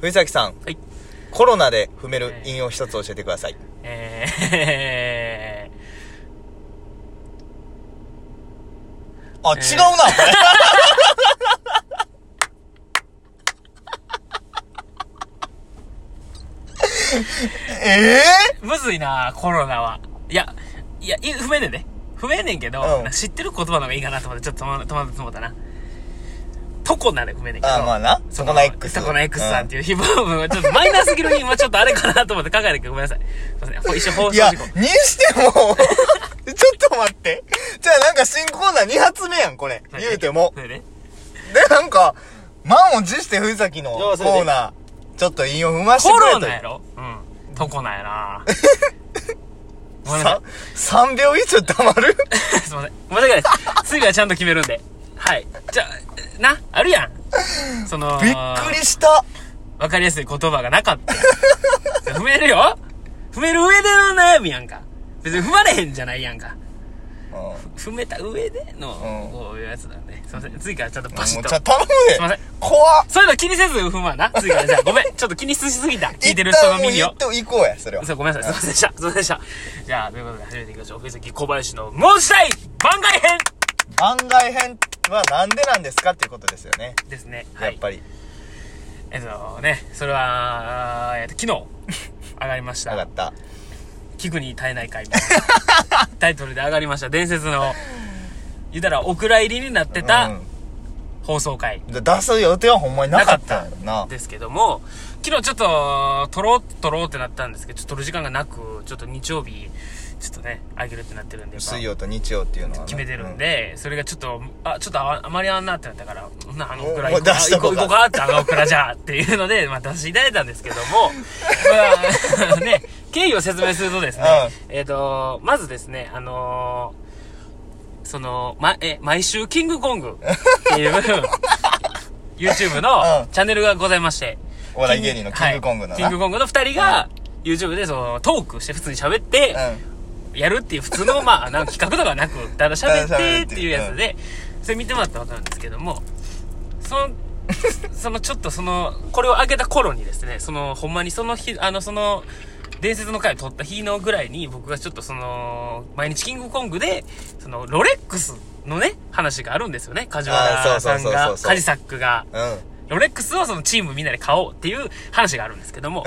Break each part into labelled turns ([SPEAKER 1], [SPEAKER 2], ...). [SPEAKER 1] 藤崎さん、
[SPEAKER 2] はい。
[SPEAKER 1] コロナで踏める韻を一つ教えてください。
[SPEAKER 2] え
[SPEAKER 1] あ、違うな、これ。 え
[SPEAKER 2] ー、 むずいなコロナは。いや、いや、い不明ねんね。不明ねんけど、
[SPEAKER 1] うん
[SPEAKER 2] な知ってる言葉の方がいいかなと思って、ちょっと戸惑戸惑ってもうたな。トコなで不明ねんけど。
[SPEAKER 1] あまあな
[SPEAKER 2] そ
[SPEAKER 1] トコナ X
[SPEAKER 2] トコナ X さんっていう非文文は、ちょっとマイナスすぎる品はちょっとあれかなと思って考えたけど、ごめんなさい。すいませんほ。一緒放
[SPEAKER 1] ー、い
[SPEAKER 2] 送
[SPEAKER 1] や
[SPEAKER 2] 事故。、
[SPEAKER 1] にしても、ち ょっと待って。じゃあなんか新コーナー2発目やん、これ。
[SPEAKER 2] はい
[SPEAKER 1] 言うても
[SPEAKER 2] そ。れで
[SPEAKER 1] で、なんか、満を持して藤崎のコ
[SPEAKER 2] そうそう
[SPEAKER 1] ーナー、ちょっと韻を踏まし
[SPEAKER 2] コ
[SPEAKER 1] てくれ
[SPEAKER 2] ロ
[SPEAKER 1] と。
[SPEAKER 2] ナやろうん。トコナ やなごめんなさい
[SPEAKER 1] さ。3秒以上黙る
[SPEAKER 2] すいません。申し訳ないです。次はちゃんと決めるんで。はい。じゃあ、な、あるやん。その、
[SPEAKER 1] びっくりした。
[SPEAKER 2] わかりやすい言葉がなかったやん。踏めるよ踏める上での悩みやんか。別に踏まれへんじゃないやんか。
[SPEAKER 1] うん
[SPEAKER 2] 踏めた上での、
[SPEAKER 1] うん
[SPEAKER 2] こういうやつだね。すいません。次からちゃんと
[SPEAKER 1] も
[SPEAKER 2] パ
[SPEAKER 1] うち
[SPEAKER 2] シ
[SPEAKER 1] ょ
[SPEAKER 2] ッ
[SPEAKER 1] っ
[SPEAKER 2] と。
[SPEAKER 1] と頼む
[SPEAKER 2] すいませ
[SPEAKER 1] で
[SPEAKER 2] ん
[SPEAKER 1] 怖っ
[SPEAKER 2] そういうの気にせず踏むわな。次からじゃあ、ごめん。ちょっと気にしすぎた。聞いてる人の耳を
[SPEAKER 1] 一。旦もう言って行こうやそれは
[SPEAKER 2] そう、ごめんなさい。すいませんでした。すいませんでした。じゃあ、ということで始めていきましょう。藤崎小林の申したい番外編
[SPEAKER 1] 番外編はなんでなんですかっていうことですよね
[SPEAKER 2] ですね。は
[SPEAKER 1] やっ
[SPEAKER 2] い。
[SPEAKER 1] ぱり
[SPEAKER 2] えっとね、それは、えっと、昨日、上がりまし
[SPEAKER 1] なか
[SPEAKER 2] た
[SPEAKER 1] っ。た
[SPEAKER 2] 器具に耐えない会みたいなタイトルで上がりました。伝説の、言うたら、お蔵入りになってた
[SPEAKER 1] う
[SPEAKER 2] 放送会
[SPEAKER 1] んで出す予定はほんまになかったんやろな
[SPEAKER 2] ですけども、昨日ちょっと、撮ろう、撮ろうってなったんですけど、ちょっと撮る時間がなく、ちょっと日曜日、ちょっとね、あげるってなってるんで、やっぱ
[SPEAKER 1] 水曜と日曜っていうのはな
[SPEAKER 2] 決めてるんで、それがちょっと、あ、ちょっとああまりあんなってなったから、ほなあのオクラ
[SPEAKER 1] も
[SPEAKER 2] 行
[SPEAKER 1] う
[SPEAKER 2] こう
[SPEAKER 1] 出しと
[SPEAKER 2] 行
[SPEAKER 1] こ
[SPEAKER 2] こ
[SPEAKER 1] う
[SPEAKER 2] う
[SPEAKER 1] か
[SPEAKER 2] 行こうかって、あのオクラじゃあっていうので、まあ出していただいたんですけども、 まあ、 ね、経緯を説明するとですね、えっ、と、まずですね、あのーその、ま、え、毎週キングコングって いう、YouTube
[SPEAKER 1] う
[SPEAKER 2] の
[SPEAKER 1] ん
[SPEAKER 2] チャンネルがございまして、
[SPEAKER 1] お笑い芸人のキングコングの
[SPEAKER 2] はい
[SPEAKER 1] な
[SPEAKER 2] キングコングの二人が、YouTube でそのトークして普通に喋って、やるっていう普通の、まあ、 なんか企画とかなく、ただ喋ってっていうやつで、それ見てもらったらわかるんですけども、その、そのちょっとその、これを上げた頃にですね、その、ほんまにその日、あの、その、伝説の回を撮った日のぐらいに、僕がちょっとその、毎日キングコングで、その、ロレックスのね、話があるんですよね。梶
[SPEAKER 1] あーそ
[SPEAKER 2] 原
[SPEAKER 1] うそう
[SPEAKER 2] さ
[SPEAKER 1] んそうそう
[SPEAKER 2] が
[SPEAKER 1] そう、
[SPEAKER 2] カジサックが。
[SPEAKER 1] うんうん
[SPEAKER 2] ロレックスをそのチームみんなで買おうっていう話があるんですけども、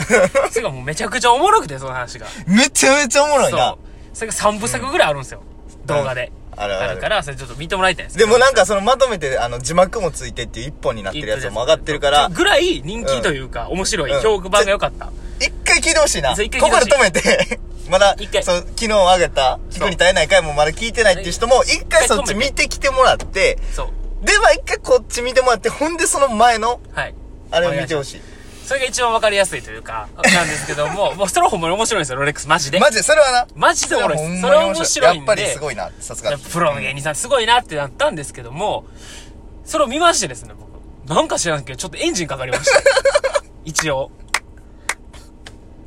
[SPEAKER 2] それがもうめちゃくちゃおもろくて、その話が。
[SPEAKER 1] めちゃめちゃおもろい
[SPEAKER 2] そ
[SPEAKER 1] な
[SPEAKER 2] う。それが3部作ぐらいあるんですよ。動画で。
[SPEAKER 1] うんあるあるある
[SPEAKER 2] から、それちょっと見てもらいたいです。
[SPEAKER 1] でもなんかそのまとめてあの字幕もついてっていう一本になってるやつも上がってるから
[SPEAKER 2] ぐらい人気というか、面白い、
[SPEAKER 1] うん
[SPEAKER 2] 評判が良かった。
[SPEAKER 1] 一回聞いてほしいなこ
[SPEAKER 2] そう
[SPEAKER 1] こで
[SPEAKER 2] 一回聞いてほしい
[SPEAKER 1] 止めて まだ
[SPEAKER 2] 一回
[SPEAKER 1] そう昨日上げた聞くに耐えない回もまだ聞いてないっていう人も一回
[SPEAKER 2] 一回
[SPEAKER 1] そっ
[SPEAKER 2] 止めて
[SPEAKER 1] ち見てきてもらって
[SPEAKER 2] そう。
[SPEAKER 1] では一回こっち見てもらって、ほんでその前の、
[SPEAKER 2] はい。
[SPEAKER 1] あれを見てほしい。
[SPEAKER 2] それが一番わかりやすいというか、なんですけども、もうそれほんまに面白いんですよ、ロレックス、マジで。
[SPEAKER 1] マジで、それはな。
[SPEAKER 2] マジでおもろいです
[SPEAKER 1] それはほんまに
[SPEAKER 2] それ面白いんで
[SPEAKER 1] やっぱりすごいな、さすが。
[SPEAKER 2] プロの芸人さんすごいなってなったんですけども、それを見ましてですね、僕。なんか知らんけど、ちょっとエンジンかかりま した。一応。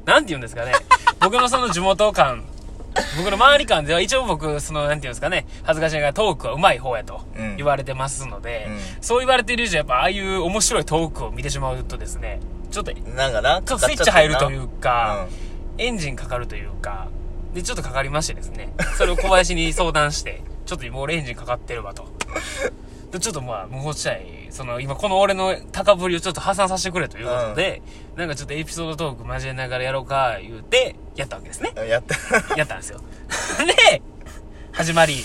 [SPEAKER 2] なんて言うんですかね。僕のその地元感、僕の周り感では一応僕、その、なんて言うんですかね、恥ずかしながらトークは上手い方やと
[SPEAKER 1] うん
[SPEAKER 2] 言われてますので、
[SPEAKER 1] うん
[SPEAKER 2] そう言われている以上、やっぱああいう面白いトークを見てしまうとですね、ちょっと、ち
[SPEAKER 1] なんかな、
[SPEAKER 2] ょっとスイッチ入るといううか、エンジンかかるというか、で、ちょっとかかりましてですね、それを小林に相談して、 ちょっと今俺エンジンかかってるわと。で、ちょっとまあ、無法地帯、その、今この俺の高ぶりをちょっと破産させてくれということで、なんかちょっとエピソードトーク交えながらやろうか、言うて、やったわけですね。
[SPEAKER 1] ん。やった。
[SPEAKER 2] やったん ですよ。で、始まり。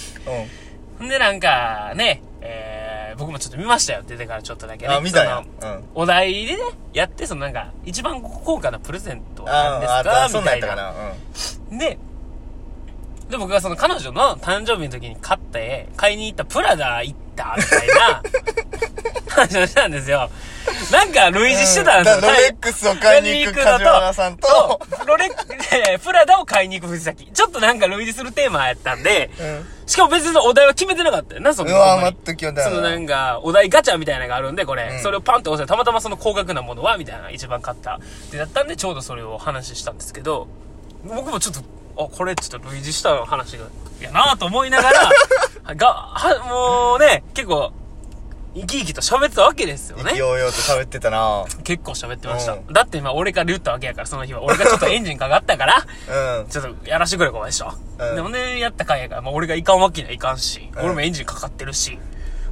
[SPEAKER 1] うん。
[SPEAKER 2] んで、なんか、ね、えー、僕もちょっと見ましたよ、出てからちょっとだけね。
[SPEAKER 1] あ、見た
[SPEAKER 2] そ
[SPEAKER 1] よ
[SPEAKER 2] の。
[SPEAKER 1] うん。
[SPEAKER 2] お題でね、やって、そのなんか、一番高価なプレゼントは
[SPEAKER 1] ああ、
[SPEAKER 2] 何
[SPEAKER 1] あ
[SPEAKER 2] ですか
[SPEAKER 1] そん
[SPEAKER 2] み
[SPEAKER 1] なん
[SPEAKER 2] た
[SPEAKER 1] や
[SPEAKER 2] い
[SPEAKER 1] ったか
[SPEAKER 2] な。
[SPEAKER 1] な。うん。
[SPEAKER 2] で、で、僕がその彼女の誕生日の時に買って、買いに行ったプラダ行った、みたい な、話をしたんですよ。なんか類似してたんですよ。
[SPEAKER 1] うんだからロレックスを買いに行く梶原さんと、
[SPEAKER 2] ロレック、えープラダを買いに行く藤崎。ちょっとなんか類似するテーマやったんで、
[SPEAKER 1] うん。
[SPEAKER 2] しかも別にお題は決めてなかったよな、その
[SPEAKER 1] うわ
[SPEAKER 2] ほんまに
[SPEAKER 1] 全く決めてない
[SPEAKER 2] そのなんか、お題ガチャみたいなのがあるんで、これ。
[SPEAKER 1] うん
[SPEAKER 2] それをパンと押して、たまたまその高額なものは、みたいな、一番買った。で、だったんで、ちょうどそれをお話ししたんですけど、僕もちょっと、あ、これちょっと類似した 話が、やなぁと思いながら、が、は、もうね、結構、生き生きと喋ってたわけですよ
[SPEAKER 1] 意気
[SPEAKER 2] ね。
[SPEAKER 1] 揚々と喋ってたな
[SPEAKER 2] 結構喋ってました。
[SPEAKER 1] うん
[SPEAKER 2] だって今俺から言ったわけやから、その日は。俺がちょっとエンジンかかったから、
[SPEAKER 1] うん。
[SPEAKER 2] ちょっとやらしてくれ、こいでしょ。
[SPEAKER 1] うん
[SPEAKER 2] でもね、やった回やから、まあ、俺がいかんわけにはいかんし、
[SPEAKER 1] うん
[SPEAKER 2] 俺もエンジンかかってるし、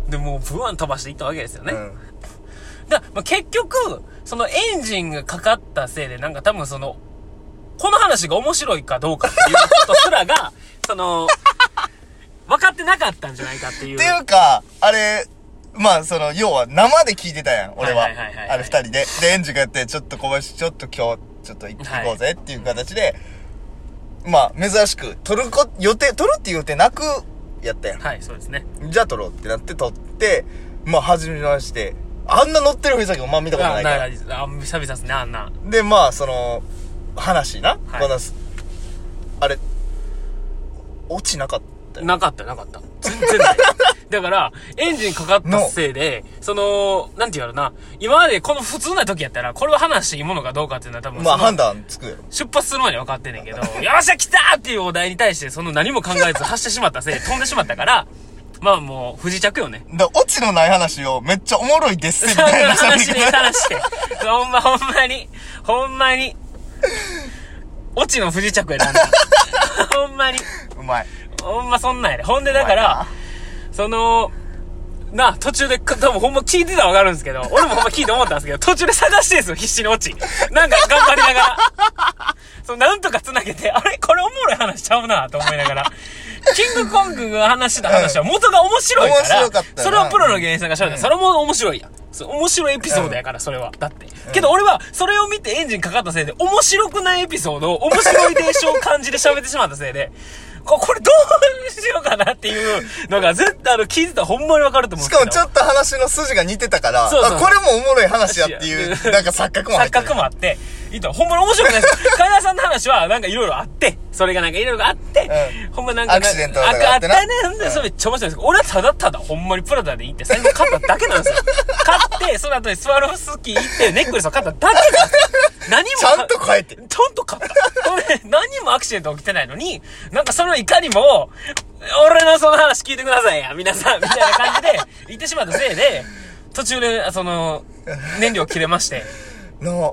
[SPEAKER 2] で、もうブワン飛ばしていったわけですよね。
[SPEAKER 1] うん。
[SPEAKER 2] だまあ、結局、そのエンジンがかかったせいで、なんか多分その、この話が面白いかどうかっていうことすらが、 その、分かってなかったんじゃないかっていう。
[SPEAKER 1] っていうか、あれ、まあ、その、要は生で聞いてたやん、俺は。
[SPEAKER 2] はいはいはいはい
[SPEAKER 1] あれ二人で。で、エンジがやって、ちょっと小林、ちょっと今日、ちょっと行っていこうぜっていう形で、まあ、珍しく、撮るこ、予定、撮るっていう予定なく、やったやん。
[SPEAKER 2] はい、そうですね。
[SPEAKER 1] じゃあ撮ろうってなって撮って、まあ、初めまして、あんな乗ってるふざけもまあ見たことないから。
[SPEAKER 2] あ、久々ですね、あんな。
[SPEAKER 1] で、まあ、その、話な。
[SPEAKER 2] はい
[SPEAKER 1] この、あれ、落ちなかったよ。
[SPEAKER 2] なかった、なかった。全然 ない。だから、エンジンかかったせいで、その、なんて言うやろな、今までこの普通な時やったら、これは話していいものかどうかっていうのは多分、
[SPEAKER 1] まあ、
[SPEAKER 2] その
[SPEAKER 1] 判断つくよ。
[SPEAKER 2] 出発する前に分かってんねんけど、よ っしゃ来たーっていうお題に対して、その何も考えず発してしまったせいで飛んでしまったから、まあもう、不時 着よね。
[SPEAKER 1] だオチのない話をめっちゃおもろいですみ
[SPEAKER 2] そんな
[SPEAKER 1] たいな喋り
[SPEAKER 2] 話で
[SPEAKER 1] 方
[SPEAKER 2] 話して。ほんま、ほんまに。ほんまに。オチの不時着 やなんだ。ほんまに。
[SPEAKER 1] うまい。
[SPEAKER 2] ほんまそんなんやで。ほんでだから、その、なあ、途中で、か多分ほんま聞いてたらわかるんですけど、俺もほんま聞いて思ったんですけど、途中で探してですよ、必死に落ち。なんか頑張りながら。そう、なんとか繋げて、あれこれおもろい話ちゃうなと思いながら。キングコングが話した話は元が面白いから、
[SPEAKER 1] 面白かったな
[SPEAKER 2] それはプロの芸人さんが喋った、それも面白いやん。そう面白いエピソードやから、それは。だって。けど俺は、それを見てエンジンかかったせいで、面白くないエピソードを、面白い伝承を感じで喋ってしまったせいで、ここれどうしようかなっていうのが、絶対あの、聞いてたらほんまにわかると思
[SPEAKER 1] し
[SPEAKER 2] うんです
[SPEAKER 1] か
[SPEAKER 2] け
[SPEAKER 1] も
[SPEAKER 2] ど。
[SPEAKER 1] ちょっと話の筋が似てたから、
[SPEAKER 2] そうそう
[SPEAKER 1] あこれもおもろい話やっていう、
[SPEAKER 2] 話や
[SPEAKER 1] なんか錯覚も入
[SPEAKER 2] 錯
[SPEAKER 1] ってる
[SPEAKER 2] 覚もあって、いいと、ほんまに面白くないです。 金田さんの話は、なんかいろいろあって、それがなんかいろいろあって、
[SPEAKER 1] うん
[SPEAKER 2] ほんまなんか、
[SPEAKER 1] アクシデントと
[SPEAKER 2] あ
[SPEAKER 1] か
[SPEAKER 2] あ
[SPEAKER 1] があ
[SPEAKER 2] っ
[SPEAKER 1] って
[SPEAKER 2] た
[SPEAKER 1] な
[SPEAKER 2] ね。ほんで、それめっちゃ面白いんですけど、俺はただただ、ほんまにプラダで行って、最後買っただけなんですよ。 買って、その後にスワロフスキー行って、ネックレスを買っただけなん ですよ。何も。
[SPEAKER 1] ちゃんと変えて。
[SPEAKER 2] ちゃんと買った。ほんで、何もアクシデント起きてないのに、なんかそのいかにも、俺のその話聞いてくださいや、皆さん、みたいな感じで、言ってしまったせいで、途中で、その、燃料切れまして、
[SPEAKER 1] なあ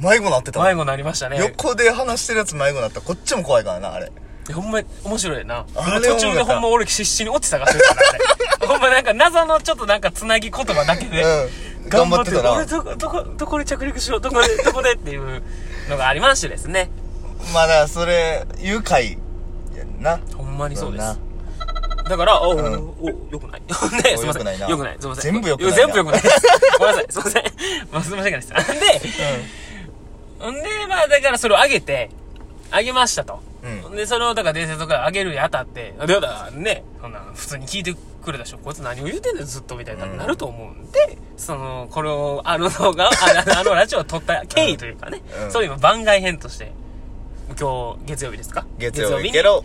[SPEAKER 1] 迷子なってたもん
[SPEAKER 2] 迷子になりましたね。
[SPEAKER 1] 横で話してるやつ迷子なったらこっちも怖いからな、あれ。
[SPEAKER 2] ほんまに面白いな。
[SPEAKER 1] あれ
[SPEAKER 2] 途中でほんま俺必死に落ち探してるからね。 ほんまなんか謎のちょっとなんかつなぎ言葉だけで。
[SPEAKER 1] うん。頑張ってたな。
[SPEAKER 2] 俺どこ、どこ、どこに着陸しよう、ど こで、どこでっていうのがありましてですね。
[SPEAKER 1] まあだからそれ、誘拐やんな。
[SPEAKER 2] ほんまにそうで
[SPEAKER 1] な
[SPEAKER 2] す。だから、お、お、
[SPEAKER 1] ん
[SPEAKER 2] お、よくない ね、すいません。
[SPEAKER 1] よくないな
[SPEAKER 2] よくない。すいません。
[SPEAKER 1] 全部よくないな
[SPEAKER 2] 全部よくないです。ごめんなさい。すいません。 まあ、すいませんが です。で、んで、まあ、だからそれをあげて、あげましたと。
[SPEAKER 1] うん
[SPEAKER 2] で、それを、だから伝説とかあげるにあたって、で、だからね、そんな、普通に聞いてくれた人、こいつ何を言うてんだよ、ずっと、みたいな、
[SPEAKER 1] うん
[SPEAKER 2] なると思うんで、その、これを、あの動画を、あの、あのラジオを撮 った経緯というかね、
[SPEAKER 1] うん
[SPEAKER 2] そういうの番外編として、今日、月曜日ですか
[SPEAKER 1] 月曜
[SPEAKER 2] に
[SPEAKER 1] 日。けど、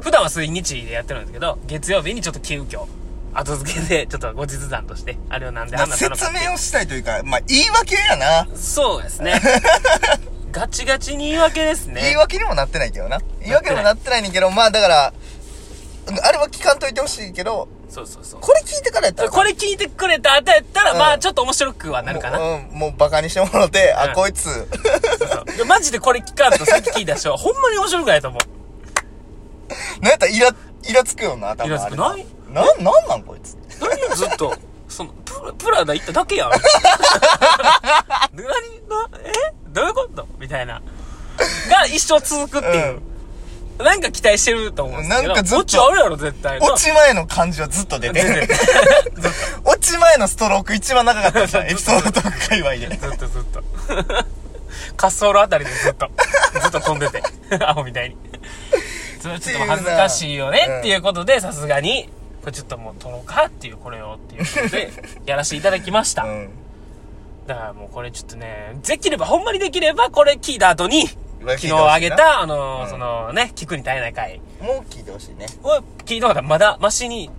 [SPEAKER 2] 普段は水日でやってるんですけど、月曜日にちょっと急遽、後付けで、ちょっと後日談として、あれをなんで
[SPEAKER 1] まあ
[SPEAKER 2] 話したの
[SPEAKER 1] 説
[SPEAKER 2] かっていう
[SPEAKER 1] 明をしたいというか、まあ言い訳やな。
[SPEAKER 2] そうです ね。ガチガチに言い訳ですね。
[SPEAKER 1] 言い訳にもなってないけどな。言い訳にもなってないねんけど、まあだから、うんあれは聞かんといてほしいけど、
[SPEAKER 2] そうそうそう。
[SPEAKER 1] これ聞いてからやったら。
[SPEAKER 2] これ聞いてくれた後やったら、
[SPEAKER 1] うん
[SPEAKER 2] まあちょっと面白くはなるかな。
[SPEAKER 1] もううん、もうバカにしてもらって、
[SPEAKER 2] うん
[SPEAKER 1] あ、こいつ、
[SPEAKER 2] そうそうでマジでこれ聞かんとさっき聞いた人は、 ほんまに面白くないと思う。
[SPEAKER 1] なんやったらイラ、イラつくよな、頭
[SPEAKER 2] イラつくない
[SPEAKER 1] な、なんなんなんこいつ。
[SPEAKER 2] 何をずっと、その、プラプラダ行っただけ やん。何な、えどういうことみたいな。が一生続くっていう。なんか期待してると思うんですけど。
[SPEAKER 1] なんかずっと
[SPEAKER 2] こっちあるやろ、絶対。
[SPEAKER 1] 落ち前の感じはずっと出
[SPEAKER 2] な全然
[SPEAKER 1] て。落ち前のストローク一番長かったじゃ ん、エピソードトーク界隈で。
[SPEAKER 2] ずっとずっと。滑走路あたりでずっと、ずっと飛んでて。 アホみたいに。それはちょっと恥ずかしいよ
[SPEAKER 1] っていう
[SPEAKER 2] ね
[SPEAKER 1] な
[SPEAKER 2] っていうことで、さすがに、これちょっともう撮ろうかっていう、これをっていうことで、やらせていただきました。
[SPEAKER 1] うん。
[SPEAKER 2] だからもうこれちょっとね、できれば、ほんまにできれば、これ聞いた後に、
[SPEAKER 1] これ聞いてほしい
[SPEAKER 2] 昨日
[SPEAKER 1] な
[SPEAKER 2] あげた、あのー
[SPEAKER 1] うん
[SPEAKER 2] そのね、聞くに耐えない回
[SPEAKER 1] もう聞いてほしいね。
[SPEAKER 2] を聞いた方がまだ、マシに、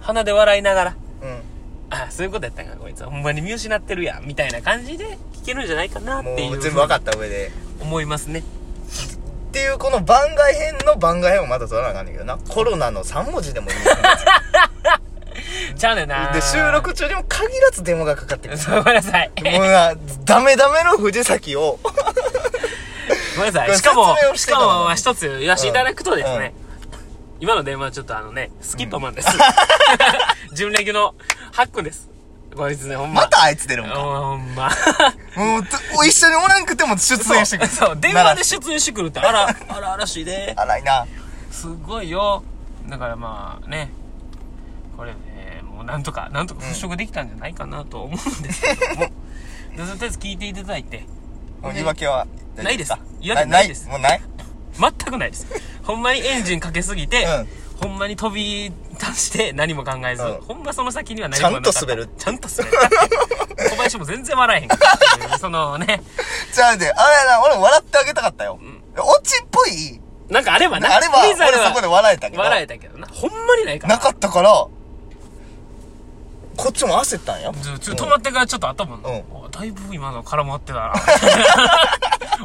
[SPEAKER 2] 鼻で笑いながら、
[SPEAKER 1] うん。
[SPEAKER 2] ああ、そういうことやったんか、こいつは。ほんまに見失ってるやん、みたいな感じで聞けるんじゃないかなってい
[SPEAKER 1] も
[SPEAKER 2] う。
[SPEAKER 1] う全部分かった上で。
[SPEAKER 2] 思いますね。
[SPEAKER 1] っていうこの番外編の番外編をまた取らなあかんねんけどな。コロナの3文字でもいい。
[SPEAKER 2] ちゃうねんな
[SPEAKER 1] で、収録中にも限らず電話がかかってくる。
[SPEAKER 2] そうごめんなさいご
[SPEAKER 1] もうな、ダメダメの藤崎を。
[SPEAKER 2] めんなさ
[SPEAKER 1] こ
[SPEAKER 2] い
[SPEAKER 1] れ
[SPEAKER 2] しかも
[SPEAKER 1] 説明をし
[SPEAKER 2] して
[SPEAKER 1] た
[SPEAKER 2] か
[SPEAKER 1] のに
[SPEAKER 2] もまあ一つ言わせていただくとですね、今の電話ちょっとあのねスキッパマンです、 純レギュのハックンですこいつねほんま
[SPEAKER 1] またあいつ出るもんか。
[SPEAKER 2] ほんま
[SPEAKER 1] もうと、一緒におらんくても出演してくる。
[SPEAKER 2] そう電話で出演してくるってあらあらあらしいで
[SPEAKER 1] 荒いな。
[SPEAKER 2] すごいよだからまあねこれねもうなんとかなんとか払拭できたんじゃないかなと思うんですけ ども、でとりあえず聞いていただいて
[SPEAKER 1] もう言い訳は大丈夫か。
[SPEAKER 2] ないです言
[SPEAKER 1] な
[SPEAKER 2] い訳ないです
[SPEAKER 1] もうない
[SPEAKER 2] 全くないですほんまにエンジンかけすぎて、ほんまに飛び出して何も考えず、
[SPEAKER 1] うん
[SPEAKER 2] ほんまその先には何もなかった
[SPEAKER 1] ちゃんと滑る
[SPEAKER 2] ちゃんと滑る小林も全然笑えへんからって いうそのね
[SPEAKER 1] じゃあで、あれやな、俺も笑ってあげたかったよ。オチっぽい、
[SPEAKER 2] なんかあればな
[SPEAKER 1] あれば、
[SPEAKER 2] リーザ
[SPEAKER 1] 俺
[SPEAKER 2] ルは
[SPEAKER 1] そこで笑えたけど。
[SPEAKER 2] 笑えたけどなほんまにないから
[SPEAKER 1] なかったから、こっちも焦ったんよ。
[SPEAKER 2] ちょちょ止まってからちょっと頭の、
[SPEAKER 1] う
[SPEAKER 2] おだいぶ今の絡まってた な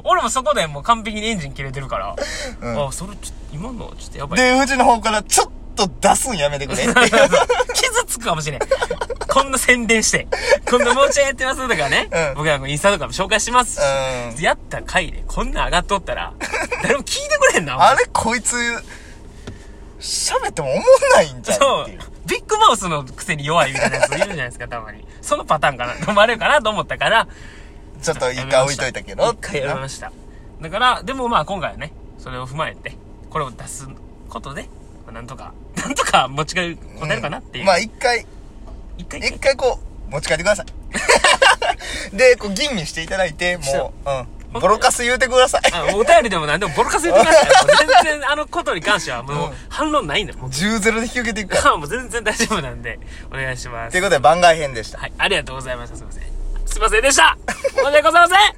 [SPEAKER 2] 俺もそこでもう完璧にエンジン切れてるから、
[SPEAKER 1] うん
[SPEAKER 2] あそれちょっと今のはちょっとやばい
[SPEAKER 1] で、藤の方から、ちょっと出すんやめてく れって。
[SPEAKER 2] 傷つくかもしれん。こんな宣伝して。こんなもうちょいやってますとかね。
[SPEAKER 1] うん
[SPEAKER 2] 僕らのインスタとかも紹介しますし。
[SPEAKER 1] うん。
[SPEAKER 2] やった回でこんなん上がっとっ たら、誰も聞いてくれんな。お前
[SPEAKER 1] あれ、こいつ、喋っても思んないんじゃん
[SPEAKER 2] そ
[SPEAKER 1] っ
[SPEAKER 2] う
[SPEAKER 1] ていう。。
[SPEAKER 2] ビッグマウスのくせに弱いみたいなやついるじゃないですか、たまに。そのパターンかな、飲まれるかなと思ったから。
[SPEAKER 1] ちょっと一回置いといたけど。
[SPEAKER 2] 一回やめました。だから、でもまあ今回はね、それを踏まえて、これを出すことで、まあなんとか、なんとか持ち帰る、答えるかなっていう。
[SPEAKER 1] んまあ一回、
[SPEAKER 2] 一回
[SPEAKER 1] 一回こう、持ち帰ってください。 で、こう、吟味していただいて、もう、うん。ボロカス言うてください。
[SPEAKER 2] あお便りでも何でもボロカス言ってください。もう全然あのことに関してはもう反論ないん だよ。もう
[SPEAKER 1] 10-0で引き受けていくから。
[SPEAKER 2] 感はもう 全然大丈夫なんで、お願いしま
[SPEAKER 1] とい
[SPEAKER 2] す
[SPEAKER 1] う。ことで番外編でした。
[SPEAKER 2] はい、ありがとうございました。すいません。すいませんでした申し訳ございません